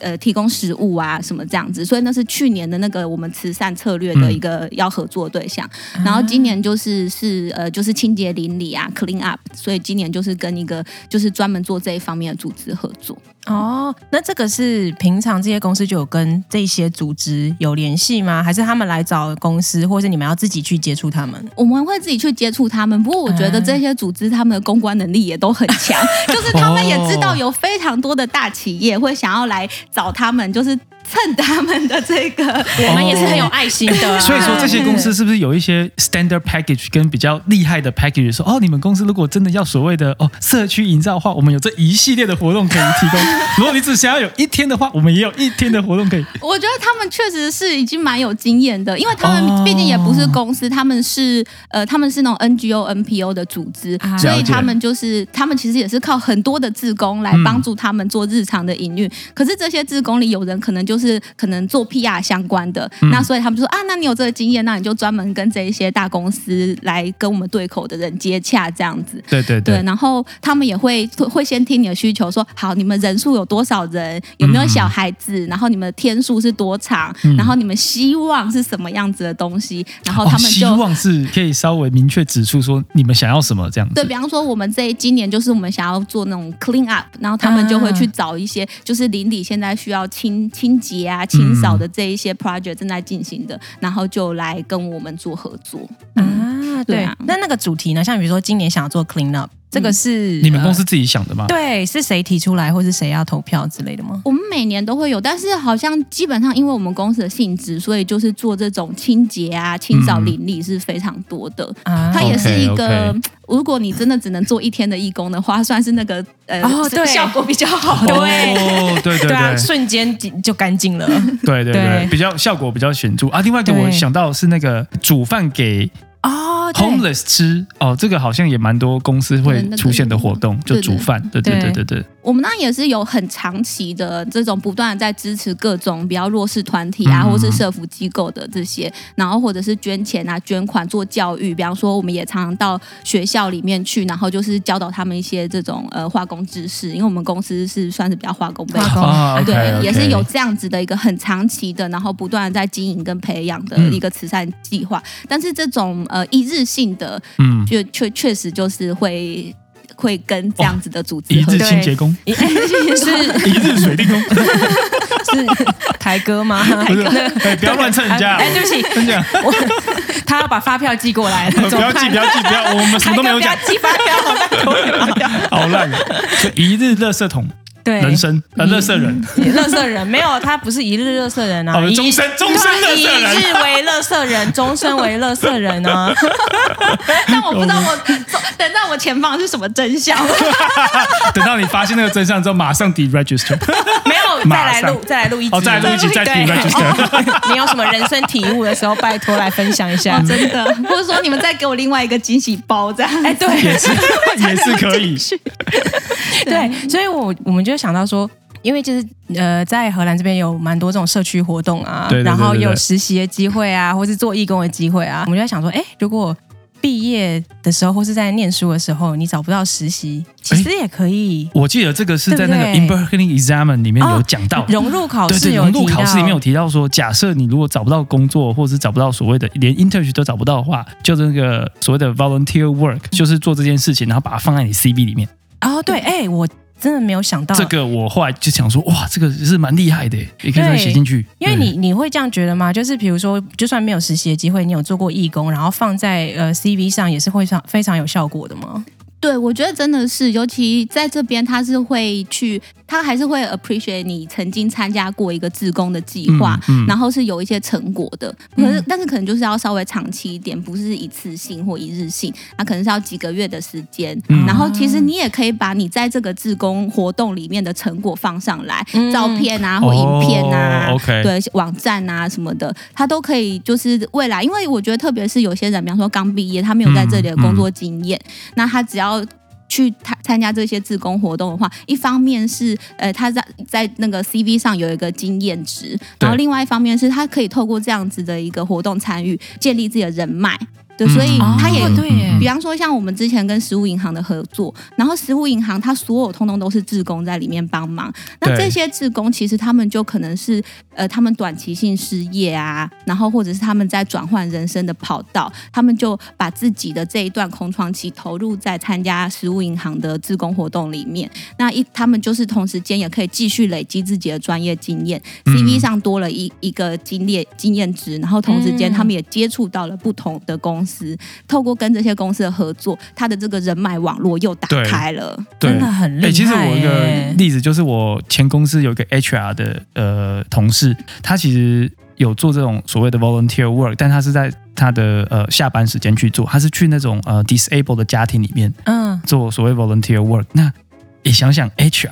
D: 呃，提供食物啊，什么这样子，所以那是去年的那个我们慈善策略的一个要合作对象。然后今年就是是呃，就是清洁邻里啊，clean up，所以今年就是跟一个就是专门做这一方面的组织合作。
B: 哦，那这个是平常这些公司就有跟这些组织有联系吗？还是他们来找公司，或是你们要自己去接触他们？
D: 我们会自己去接触他们，不过我觉得这些组织他们的公关能力也都很强， 就是他们也知道有非常多的大企业会想要来找他们，就是蹭他们的这个。
B: 我们也是很有爱心的 啊、
C: 所以说这些公司是不是有一些 standard package 跟比较厉害的 package？说哦，你们公司如果真的要所谓的哦社区营造的话，我们有这一系列的活动可以提供。 如果你只想要有一天的话，我们也有一天的活动可以。
D: 我觉得他们确实是已经蛮有经验的，因为他
C: 哦
D: 们毕竟也不是公司，他们是呃，他们是那种 NGO、NPO 的组织，
B: 啊
D: 所
C: 了
D: 以
C: 解
D: 他们就是他们其实也是靠很多的志工来
C: 嗯
D: 帮助他们做日常的营运。可是这些志工里有人可能就是可能做 PR 相关的，
C: 嗯
D: 那所以他们就说啊，那你有这个经验，那你就专门跟这一些大公司来跟我们对口的人接洽这样子。
C: 对对
D: 对，，然后他们也会会先听你的需求说，好，你们人数有多少人，有没有小孩
C: 嗯
D: 子，然后你们的天数是多长，然后你们希望是什么样子的东西，然后
C: 哦
D: 他，们
C: 希
D: 就。
C: 望是可以稍微明确指出说你们想要什么这样子。
D: 对，比方说我们这一今年就是我们想要做那种 clean up，然后他
C: 啊
D: 们就会去找一些就是邻里现在需要清清洁啊、清扫的这一些 project 正在进行的，然后就来跟我们做合作。
C: 嗯
B: 啊，嗯对
D: 对啊
B: 那那个主题呢？像比如说今年想要做 clean up，这个是、
C: 你们公司自己想的吗
B: 呃、？对是谁提出来，或是谁要投票之类的吗？
D: 我们每年都会有，但是好像基本上因为我们公司的性质，所以就是做这种清洁啊、清扫邻里是非常多的。
B: 啊，
D: 它也是一个
C: OK，OK
D: 如果你真的只能做一天的义工的话，算是那个呃、
B: 哦对
D: 效果比较好的。
B: 对
C: 哦，对对
B: 对啊，
C: 对
B: 瞬间就就干净了。
C: 对对
B: 对
C: 对，比较效果比较显著啊。另外一个
B: 对
C: 我想到是那个煮饭给
B: 哦，对
C: homeless 吃哦，这个好像也蛮多公司会出现的活动，
D: 对
C: 就
D: 那个
C: 煮饭。对对
B: 对
C: 对对对，
D: 我们那也是有很长期的这种不断的在支持各种比较弱势团体啊，
C: 嗯
D: 或是社福机构的这些，然后或者是捐钱啊、捐款做教育。比方说，我们也常常到学校里面去，然后就是教导他们一些这种呃化工知识，因为我们公司是算是比较化工背景
B: 化。工
C: 啊
D: 对
C: OK，OK
D: 也是有这样子的一个很长期的，然后不断的在经营跟培养的一个慈善计划。但是这种呃一日性的，
C: 嗯，
D: 就确确实就是会会跟这样子的组织
C: 哦一
D: 合
C: 日清洁工，
B: 是
C: 一日水电工，
B: 是台哥吗？
C: 不是， 哎，不要乱蹭人家，
B: 哎，对不起，
C: 真的，
B: 我他要把发票寄过来，
C: 呃不要记，不要记，不要， 我们什么都没有讲
B: 台，哥不要寄发票，
C: 好烂，就一日垃圾桶，
B: 对，
C: 人生呃，垃圾人，
B: 乐色人没有，他不是一日乐色人啊，
C: 哦
B: 一
C: 终身终身垃圾人
B: 一日为乐色人，终身为乐色人啊。
D: 但我不知道我等到我前 方是什么真相。
C: 等到你发现那个真相之后，马上 de register，
B: 没有，
E: 再
F: 马
E: 来
F: 上
E: 录，再来录一集，
F: 哦，再来录一集，再听 register。
B: 你哦有什么人生体悟的时候，拜托来分享一下
D: 哦，。
E: 嗯
D: 真 的，或者说你们再给我另外一个惊喜包这样。
B: 哎，对
F: 也是也是可以，
B: 对，所以我我们就想到说。因为就是呃，在荷兰这边有蛮多这种社区活动啊，
A: 对对对
B: 然后
A: 对对
B: 也有实习的机会啊，或是做义工的机会啊，我们就在想说，哎，如果毕业的时候或是在念书的时候，你找不到实习，其实也可以
A: 我记得这个是在那个
B: 对
A: In
B: 不对
A: Berkeley Examen 里面有讲
D: 哦
A: 到，
B: 融入考
A: 对
B: 试
A: 对，
B: 有
A: 融
B: 提
A: 入考试
B: 到
A: 里面有提到说，假设你如果找不到工作，或者是找不到所谓的连 internship 都找不到的话，就这个所谓的 volunteer work，就是
D: 嗯
A: 做这件事情，然后把它放在你 CV 里面。
B: 哦，对，哎，我真的没有想
D: 嗯
B: 到
A: 这个我后来就想说，哇，这个是蛮厉害的，也可以让它写进去。
B: 因为你你会这样觉得吗？就是比如说，就算没有实习的机会，你有做过义工，然后放在呃 CV 上，也是会上非常有效果的吗？
D: 对，我觉得真的是，尤其在这边，他是会去，他还是会 appreciate 你曾经参加过一个志工的计划，
A: 嗯嗯
D: 然后是有一些成果的。可是，但是可能就是要稍微长期一点，不是一次性或一日性，那可能是要几个月的时间。
A: 嗯
D: 然后，其实你也可以把你在这个志工活动里面的成果放上来，
B: 嗯
D: 照片啊或影片啊、
A: 哦，OK
D: 对网站啊什么的，他都可以。就是未来，因为我觉得特别是有些人，比方说刚毕业，他没有在这里的工作经验。那他只要去参参加这些志工活动的话，一方面是呃他在在那
A: 嗯
D: 个 CV 上有一个经验值，然
A: 对
D: 后另外一方面是他可以透过这样子的一个活动参与，建立自己的人脉。对，所以
A: 嗯
D: 他也、
B: 哦对耶
D: 比方说，像我们之前跟食物银行的合作，然后食物银行它所有通通都是志工在里面帮忙。那
A: 对
D: 这些志工其实他们就可能是呃，他们短期性失业啊，然后或者是他们在转换人生的跑道，他们就把自己的这一段空窗期投入在参加食物银行的志工活动里面。那一他们就是同时间也可以继续累积自己的专业经验、
A: 嗯
D: c v 上多了一一个经历经验值，然后同时
B: 嗯
D: 间他们也接触到了不同的公司，透过跟这些公司的合作，他的这个人脉网络又打
A: 对
D: 开了。
A: 对
B: 真的很厉害、
A: 哎、
B: 欸
A: 其实我有一个例子，就是我前公司有一个 HR 的呃同事，他其实有做这种所谓的 volunteer work，但他是在他的呃下班时间去做，他是去那种呃 disabled 的家庭里面
B: 嗯，
A: 做所谓 volunteer work。那你想想 HR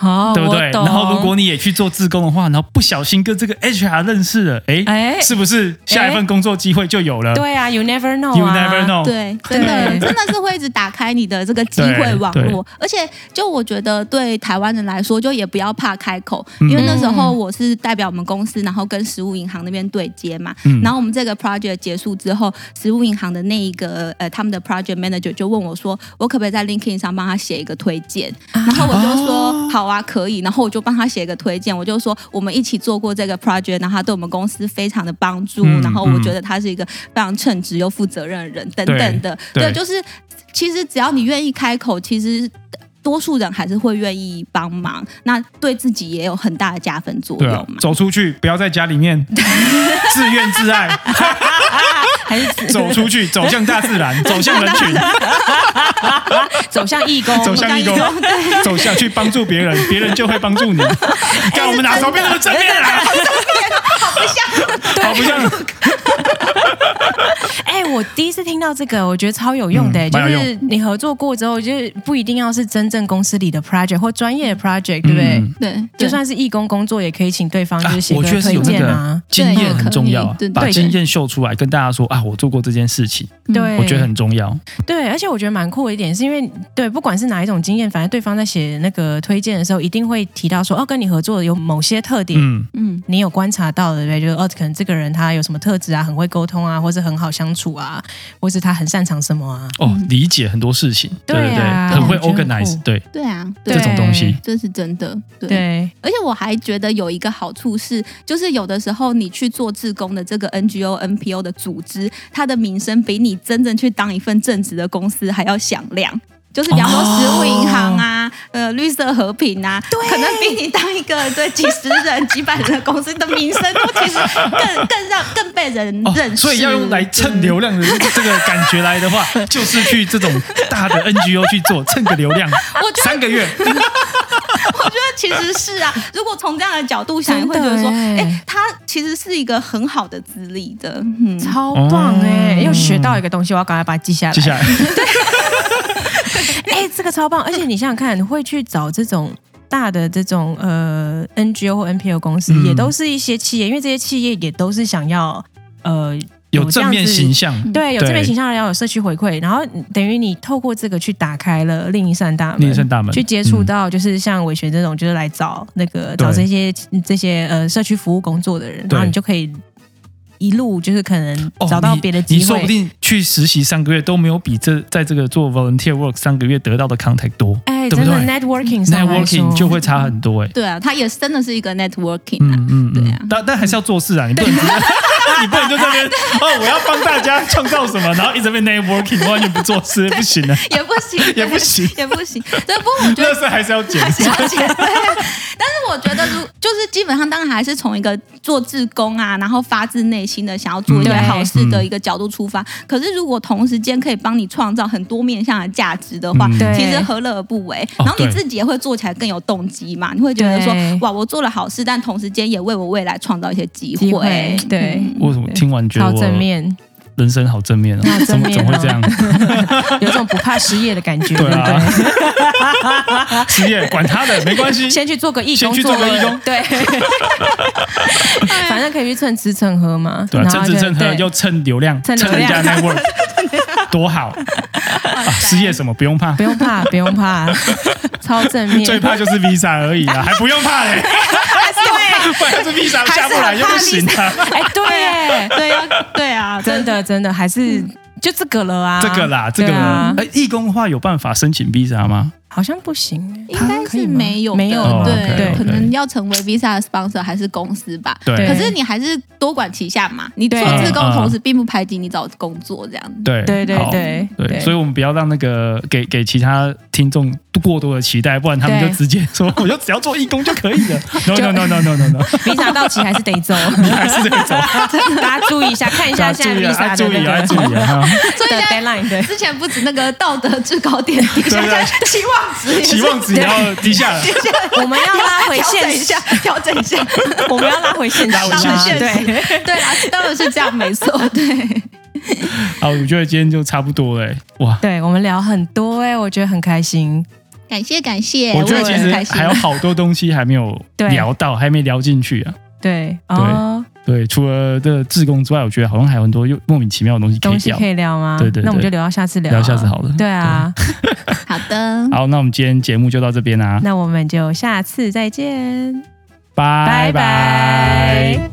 B: 好，
A: 对不
B: 哦我
A: 对？
B: 懂
A: 然后如果你也去做志工的话，然后不小心跟这个 HR 认识了，哎、
B: 哎
A: 是不是下一份工作机会就有了、
B: 对啊，You never know，啊
A: y o u never know。
D: 对，真的
B: 对
D: 真的是会一直打开你的这个机会网
A: 对
D: 络，而且就我觉得对台湾人来说，就也不要怕开口，
A: 嗯
D: 因为那时候我是代表我们公司，然后跟食物银行那边对接嘛，
A: 嗯
D: 然后我们这个 project 结束之后，食物银行的那一个呃他们的 project manager 就问我说，我可不可以在 LinkedIn 上帮他写一个推荐？然后我就说、好啊，可以。然后我就帮他写一个推荐，我就说我们一起做过这个 project，然后他对我们公司非常的帮助，
A: 嗯
D: 然后我
A: 嗯
D: 觉得他是一个非常称职又负责任的人等等的。
A: 对对
D: 就是其实只要你愿意开口，其实。多数人还是会愿意帮忙，那对自己也有很大的加分作
A: 对
D: 用
A: 啊
D: 嘛，。
F: 走出去，不要在家里 面自怨自艾，
B: 还是
F: 走出去，走向大自 然，走向人群，
B: 走向义工，
F: 走向义工，走向去帮助别人，别人就会帮助你。
B: 哎
F: 你看我们哪手变那么正面 啊？ 好不像，好不像，
B: 哎、我第一次听到这个，我觉得超有用的、
A: 嗯
B: 就
A: 蛮有
B: 是你合作过之后，就是不一定要是真正公司里的 project 或专业的 project，对不对？
A: 嗯
D: 对，对
B: 就算是义工工作，也可以请对方就是写
A: 啊我
B: 个
A: 觉得是
B: 推
A: 有那
B: 荐
A: 个
B: 啊。
A: 经验很重要啊
D: 对，
A: 把
D: 对
A: 经验秀出来，跟大家说啊，我做过这件事情，
D: 嗯
B: 对，
A: 我觉得很重要。
B: 对，而且我觉得蛮酷的一点是因为，对，不管是哪一种经验，反正对方在写那个推荐的时候，一定会提到说，哦，跟你合作有某些特点，
A: 嗯，
D: 嗯，
B: 你有观察到的，对不对？就是哦，可能这个人他有什么特质啊，很会沟通啊，或是很好相处啊，或是他很擅长什么啊，
A: 哦，理解很多事情，对
B: 对啊
A: 对，很会
B: 我觉得很
A: organize，
B: 酷
A: 对
D: 对啊，对
A: 这种东西，
D: 这是真的，对。
B: 对，
D: 而且我还觉得有一个好处是，就是有的时候你去做志工的这个 NGO、NPO 的组织，它的名声比你真正去当一份正职的公司还要响亮。就是比方说食物银行
A: 哦
D: 啊，呃，绿色和平啊，可能比你当一个对几十人、几百人的公司你的名声都其实更 更让更被人
A: 哦
D: 认识。
A: 所以要用来蹭流 量的这个感觉来的话，就是去这种大的 NGO 去做蹭个流量，三个月，
D: 我觉得其实是啊，如果从这样的角度想，也会觉得说，
B: 真的
D: 哎、
B: 欸
D: 他其实是一个很好的资历的，嗯，欸
B: 超棒哎、
A: 哦
B: 又学到一个东西，我要赶快把它记下来。
A: 接 下来
B: 哎、这个超棒！而且你想想看，会去找这种大的这种呃 NGO 或 NPO 公司，
A: 嗯
B: 也都是一些企业，因为这些企业也都是想要呃
A: 有
B: 这
A: 正
B: 样
A: 面
B: 子嗯
A: 形象，
B: 对，有正面
A: 嗯对
B: 形象，然后有社区回馈，然后等于你透过这个去打开了另一扇大门，
A: 另一扇大门
B: 去接触
A: 嗯
B: 到就是像伟璇这种，就是来找那个找
A: 对
B: 这些这些呃社区服务工作的人，
A: 对
B: 然后你就可以一路就是可能
A: 哦
B: 找到
A: 你
B: 别的
A: 你
B: 机
A: 说
B: 会
A: 不。定去实习三个月都没有比这在这个做 volunteer work 三个月得到的 contact 多
B: 哎，
A: 对
B: 真
A: 不
B: 的
A: 对
B: networking 上来说
A: ，networking 就会差很多哎、
D: 对啊，它也真的是一个 networking 啊。
A: 嗯嗯，嗯
D: 对啊
A: 但但还是要做事啊，你不能只是你不能就在 那边哦，我要帮大家创造什么，然后一直被 networking，完全不做事，不行的、 啊，
D: 也不行，
A: 也不行，
D: 也不行。对，不过我觉
A: 乐
D: 得
A: 色还是要 减
D: 还。是要减。对啊 但是我觉得如，就是基本上，当然还是从一个做志工啊，然后发自内心的想要做一些
B: 嗯
D: 好事的一个角度出
A: 嗯
D: 发。可是，如果同时间可以帮你创造很多面向的价值的话，
A: 嗯
B: 对
D: 其实何乐而不为？
A: 哦
D: 然后你
A: 对
D: 自己也会做起来更有动机嘛？你会觉得说
B: 对，
D: 哇，我做了好事，但同时间也为我未来创造一些机
B: 机会对
D: 嗯
A: 为什么听完觉
B: 好
A: 得
B: 正
A: 我
B: 面，
A: 人生好正面哦？
B: 好
A: 怎
B: 正
A: 么
B: 面
A: 怎么会这样
B: 哦？，有种不怕失业的感 觉，
A: 对
B: 不
A: 啊
B: 对？，
A: 失业管他的，没关 系。
B: 先去做个义
A: 先
B: 工，
A: 去做个义工
B: 对，反正可以去蹭吃蹭喝嘛，
A: 对啊，
B: 然
A: 趁
B: 后
A: 吃
B: 就
A: 趁喝
B: 对
A: 又蹭流量，
B: 蹭
A: 蹭
B: 流
A: 人
B: 量
A: 家 network，多好 啊！失业什么不用怕
B: 不，用怕，不用 怕，超正面，
A: 最怕就是 Visa 而已 啦，还不用怕嘞，
B: 对，
A: 不然就是 Visa
B: 还是
A: 下
B: 很
A: 不来又不行啊。
B: 哎，对，
D: 对啊，对啊，
B: 真的真的还是就这个了啊，
A: 嗯这个啦，这
B: 对
A: 个
B: 啊，
A: 哎，义工化有办法申请 Visa 吗？
B: 好像不行，
D: 应该
B: 可以
D: 是
B: 吗
D: 没有的，
B: 没有
A: 哦
D: 对
A: OK，
D: 对
A: OK
D: 可能要成为 Visa 的 sponsor 还是公司吧。
A: 对
B: 对
D: 可是你还是多管齐下嘛，你做
B: 对
D: 自工
A: 嗯嗯
D: 同时并不排挤你找工作这样。
A: 对
B: 对对
A: 好
B: 对
A: 对，所以我们不要让那个给给其他听众过多的期待，不然他们就
B: 对
A: 直接 说我就只要做义工就可以了。No no
B: 就
A: no no no no no，
B: Visa 到期还 是得走，
A: 你还是得走，
B: 大家注意一下，看一下
A: 啊
B: 现
A: 注
B: 在
A: 意啊，
B: Visa
A: 注
B: 的
A: 意啊，
B: 那
A: 注
B: 个
A: 意啊！
D: 所以
B: 的
D: 现在
B: deadline 对。
D: 之前不止那个道德制高点低下，
A: 啊对对
D: 现在期望值也是
A: 期望值也要低下了。
B: 我们要拉回
D: 调整
B: 现
D: 一
B: 实
D: 下，，调整一下。
B: 我们要拉回现实
A: 拉回现
B: 啊，
D: 实
B: 对，
D: 对啊，当然是这样，没错。对，
A: 好，啊我觉得今天就差不多了、欸。哇，
B: 对我们聊很多哎、我觉得很开心。
D: 感谢感谢，
B: 哎
A: 我觉得
D: 也
A: 其
D: 很
A: 实
D: 开心
A: 还有好多东西还没有
B: 对
A: 聊到，还没聊进去啊。
B: 对哦，
A: 对，除了这个志工之外，我觉得好像还有很多又莫名其妙的东西可以
B: 东西
A: 聊
B: 可。以聊吗？
A: 对对对
B: 那我们就留到下次聊啊，
A: 聊下次好了
B: 对啊，
D: 好的，
A: 好，那我们今天节目就到啊这边啦、
B: 那我们就下次再见，
A: 拜
B: 拜拜